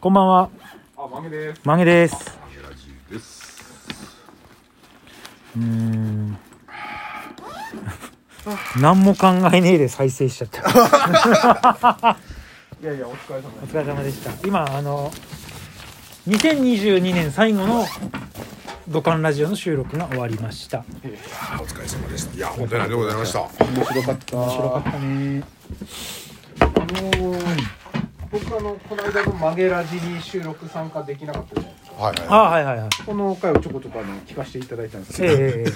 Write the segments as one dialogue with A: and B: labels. A: こんばんは、
B: あ、マゲです。
A: まげです。
B: ゲラジーです。
A: うーん。何も考えねえで再生しちゃった。
B: いやいや、お疲れ様
A: お
B: です。
A: 疲れ様でした。今、あの、2022年最後の土管ラジオの収録が終わりました。
B: お疲れ様でした。いや、本当にありがとうございました。
C: 面白かった
A: 面白かったね。
B: あのー、僕あの、この間のマゲラジに収録参加できなかったじゃないですか。
C: はい
A: あ
C: は
A: あ、はいはいはい。
B: この回をちょこちょこあの、聞かせていただいたんですけど、
A: ええ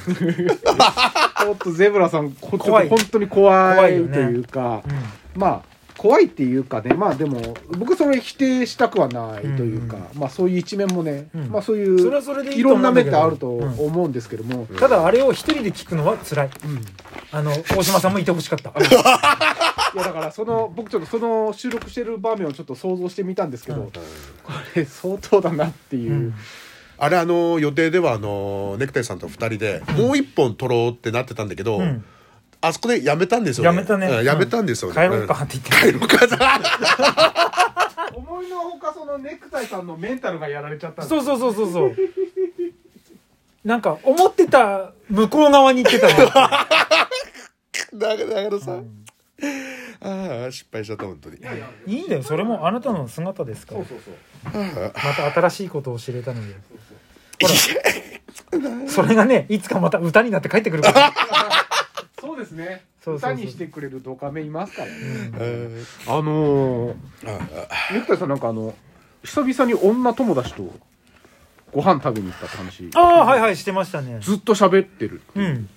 B: ちょっとゼブラさん、こちょ
A: 怖
B: っ
A: い
B: と本当に怖
A: 怖い
B: い
A: よね
B: というか、
A: ええ
B: まあ、怖いっていうかね、まあでも、僕それ否定したくはないというか、
A: うん
B: まあそういう一面もね、
A: うん
B: まあそうい
A: うん。それは
B: う、
A: それでいい
B: い
A: と
B: ろん
A: 思
B: な
A: うんだ
B: 面っ
A: け
B: て
A: ど
B: あると
A: うん
B: 思うんですけども、
A: ただあれを一人で聞くのは辛い。
B: うん
A: あの、大島さんもいてほしかった。
B: いやだからその僕ちょっとその収録してる場面をちょっと想像してみたんですけど、
A: うん
B: これ相当だなっていう、
A: うん
C: あれあの予定ではあのネクタイさんと二人でもう一本取ろうってなってたんだけど、
A: うん
C: あそこでやめたんですよね
A: やめたね
C: うんやめたんですよね
A: 帰ろうかって言って。
C: 帰ろうかだ
B: 思いのほかそのネクタイさんのメンタルがやられちゃったんです
A: そうそうそうそうそう。なんか、思ってた向こう側に行ってた の。
C: 長長野さん、ああ失敗しちゃった本当に
B: いや
A: いいんだよ、それもあなたの姿ですから
B: そう。そうそう
A: また新しいことを知れた ので。ほら。それがね、いつかまた歌になって帰ってくるから。
B: そうですね
A: そうそうそう
B: 歌にしてくれるドカメいますからね
C: あー
B: あのー、
C: あ
B: ネクタイさんなんかあの久々に女友達とご飯食べに行ったって話
A: ああ、はいはい、してましたね。
B: ずっと喋ってるって
A: う
B: いう、
A: ん。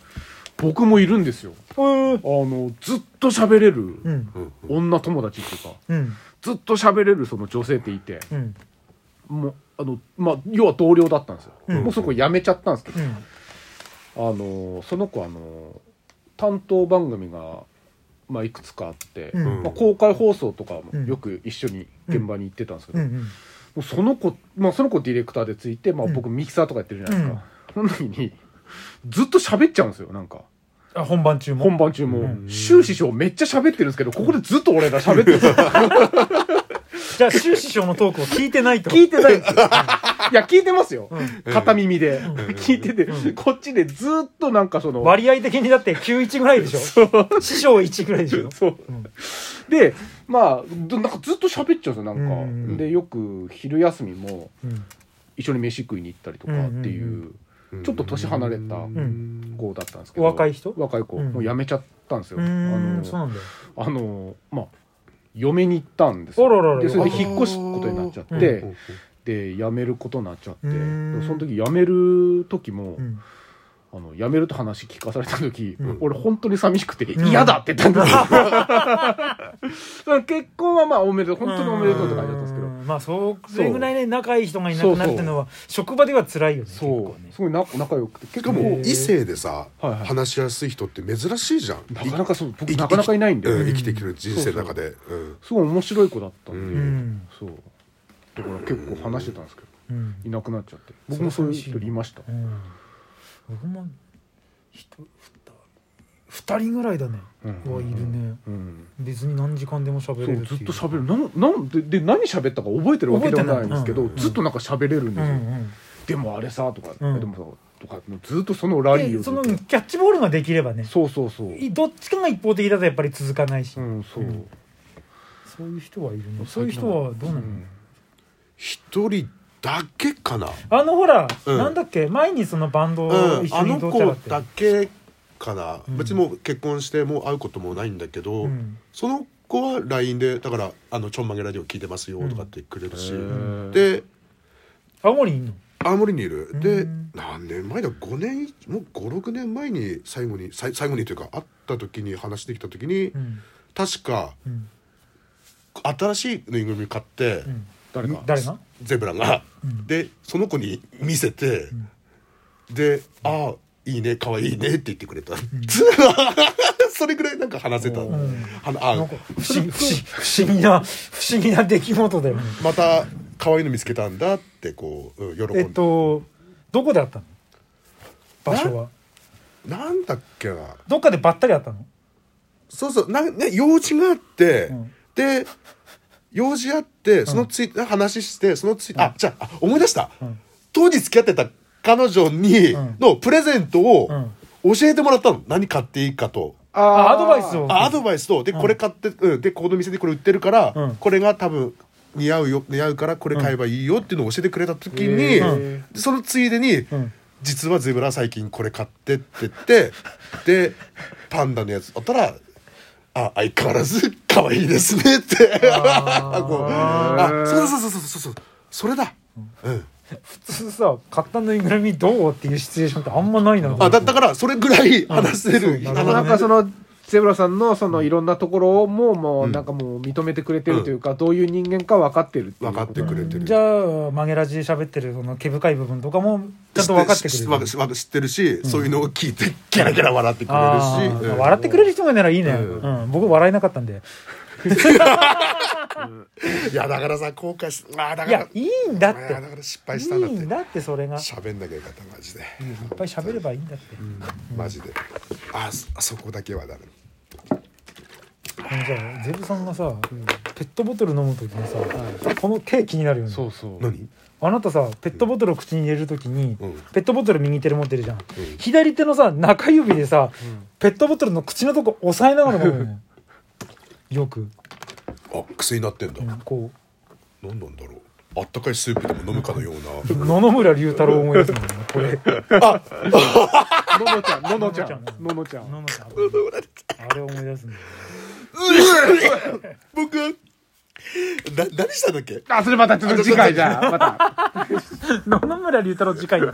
B: 僕もいるんですよ
A: うー
B: あのずっと喋れる
A: うん。
B: 女友達っていうか
A: うん。
B: ずっと喋れるその女性っていて、
A: うん。
B: もうあのまあ要は同僚だったんですよ、
A: うん
B: もうそこ辞めちゃったんですけど、
A: うん。
B: あのその子あの担当番組が、まあ、いくつかあって、
A: うん
B: まあ、公開放送とかも
A: うん
B: よく一緒に現場に行ってたんですけど、
A: う
B: も
A: ん。
B: うその子、まあ、その子ディレクターでついて、まあ、
A: うん
B: 僕ミキサーとかやってるじゃないですか、その時にずっと喋っちゃうんですよなんか
A: あ、本番中も。
B: 本番中も、
A: うん
B: 終始師匠めっちゃ喋ってるんですけどここでずっと俺ら喋ってる
A: じゃあ、周師匠のトークを聞いてないと。
B: 聞いてないんですよいや聞いてますよ、
A: うん
B: 片耳で
A: ん
B: 聞いてて、こっちでずっとなんかその、
A: 割合的にだって91ぐらいでしょ
B: そう
A: 師匠1ぐらいでしょ
B: そう、
A: ん
B: でまあどなんかずっと喋っちゃうんですよなんか、
A: うんうんうん
B: でよく昼休みも
A: うん。
B: 一緒に飯食いに行ったりとかっていう、
A: うんう
C: ー
B: ちょっと年離れた
A: ん
B: 子だったんですけど
A: 若い人
B: 若い子、
A: うん
B: もう辞めちゃったんですよ、
A: うーん、そう
B: あの
A: なんだよ。
B: あのまあ嫁に行ったんですよ
A: あららら
B: でそれで
C: あー
B: 引っ越すことになっちゃって、
A: うん
C: うん
B: で辞めることになっちゃって、
A: うん
B: その時辞める時も、
A: うん。
B: あの辞めると話聞かされた時、
A: うん
B: 俺本当に寂しくて
A: うん
B: 嫌だって言った んですよ、だから結婚はまあおめでとう本当におめでとうって感じだったんですけど
A: まあそうそれぐらいね仲いい人がいな
B: そ
A: く
B: うそ
A: な
B: う
A: るっていうのは職場では辛いよね
B: そう、
A: 結
B: すごいな仲良くて
C: し
B: 結
C: か
B: 構
C: も
A: へー
C: 異性でさ、
B: はいはい
C: 話しやすい人って珍しいじゃん
B: なかなかそう僕
C: い
B: なかなかいないんで、
C: う
A: うん
C: 生きてきてる人生の中で、うん
B: すごい面白い子だったんで、
C: うん
A: 構ねうん
B: そうだから結構話してたんですけど
A: うん、
B: いなくなっちゃって僕もそういう人いました
A: うん、僕もひとふた二人ぐらいだね、
B: うん
A: はいるね
B: うん
A: 別に何時間でも喋
B: そ
A: れ
B: う
A: る
B: ずっと
A: 喋
B: 喋るなんなんでで何喋ったか覚えてるわけではないんですけど、
A: 覚えてない
B: ずっとなんか喋れるん
A: う
B: ですよ、
A: ん
B: でもあれさとか、
A: うん
B: でもさとかずっとそのラ
A: う
B: リ
A: ん
B: ーを
A: で
B: ず
A: そ
B: っと
A: のキャッチボールができればね
B: そうそうそう。
A: いどっちかが一方的だとやっぱり続かないし、
B: うん、そう。
A: うんそういう人はいるね
B: 最近
A: そういう人はどうなの、
B: うん
C: 一人だけかな
A: あのほら、
C: うん
A: なんだっけ前にそのバンドを
C: うん
A: 一緒
C: あ
A: に
C: の
A: どうちゃら
C: 子
A: って、
C: だけかな、
A: うん
C: 別にもう結婚してもう会うこともないんだけど、
A: うん
C: その子は LINE でだから「あのちょんまげラジオ聞いてますよ」とかってくれるし、
B: うん
C: で
A: 青森にいんの
C: 青森にいる、
A: う
C: で
A: ん
C: 何年前だ5年もう56年前に最後にさい最後にというか会った時に話してきた時に、
A: うん
C: 確か
A: うん
C: 新しいぬいぐるみ買って、
A: うん
B: 誰か。
A: 誰が
C: ゼブラが、
A: うん
C: でその子に見せて、で「ああいいね可愛いね」って言ってくれた、 それぐらいなんか話せた、
A: ん
C: はなあ
A: なんか不思議不思議不思議な不思議な出来事だよね
C: また可愛いの見つけたんだってこううん喜んで、
A: えっとどこで会ったの場所は
C: なんだっけな
A: どっかでばったり会ったの
C: そうそうなん、ね、用事があって、
A: ん
C: で用事あってそのツイ、話してそのツイ、あじゃああ思い出した、
A: ん
C: 当時付き合ってた彼女に、
A: ん
C: のプレゼントを教えてもらったの何買っていいかと。
A: あアドバイスを
C: あアドバイスとでこれ買って、うん、でこの店でこれ売ってるから、
A: うん
C: これが多分似合うよ似合うからこれ買えばいいよっていうのを教えてくれた時に、
B: へ
A: ー
C: でそのついでに、
A: ん
C: 実はゼブラ最近これ買ってって言ってでパンダのやつだったら「あ相変わらず可愛いですね」ってあこうあそうそうそうそうそうそうそれだ、うん、
A: 普通さ買ったぬいぐるみどうっていうシチュエーションってあんまないな
C: あだだからそれぐらい話せる、
A: そうなるほどね
C: 話
B: なんかそのゼブラさんのそのいろんなところをもうもうなんかもう認めてくれてるというか、どういう人間か分かってるっていう
C: 分かってくれてる。
A: じゃあ曲げラジで喋ってるその毛深い部分とかもちゃんと分かってくれ
C: 知
A: る
C: わ知わ知ってるし、そういうのを聞いてキャラキャラ笑ってくれる
A: あ
C: し
A: ー、
C: うん
A: 笑ってくれる人もいならいいね、
C: う
A: うん僕笑えなかったんで
C: いやだからさ後悔しあー
A: い
C: だから
A: やいいんだっ
C: あ
A: て
C: ーだから失敗
A: い
C: したんだっ
A: い
C: て
A: んだってそれがいっ
C: 喋んなきゃよかったマジで、
A: ぱい喋ればいいんだって、
C: マジであーそあそこだけはだめ
A: でもじゃあゼブさんがさ、ペットボトル飲む時にさ、この手気になるよね
B: そうそう
C: 何
A: あなたさペットボトルを口に入れる時に、
C: うん
A: ペットボトル右手で持ってるじゃん、左手のさ中指でさ、ペットボトルの口のとこ押さえながら飲むよ ねよく、
C: あ癖になってんだ、
A: うんこう
C: 何なんだろうあったかいスープでも飲むかのよう な
A: 野々村龍太郎を思い出すもんねこれ
B: ののちゃんののちゃん
A: の
B: ののちゃ
A: 野
B: ん
A: 々村あれを思い出すんだ よね
C: 僕 はな何したんだっけ
B: あそれまたちょっと次回じゃあまた
A: 野々村龍太郎次回だね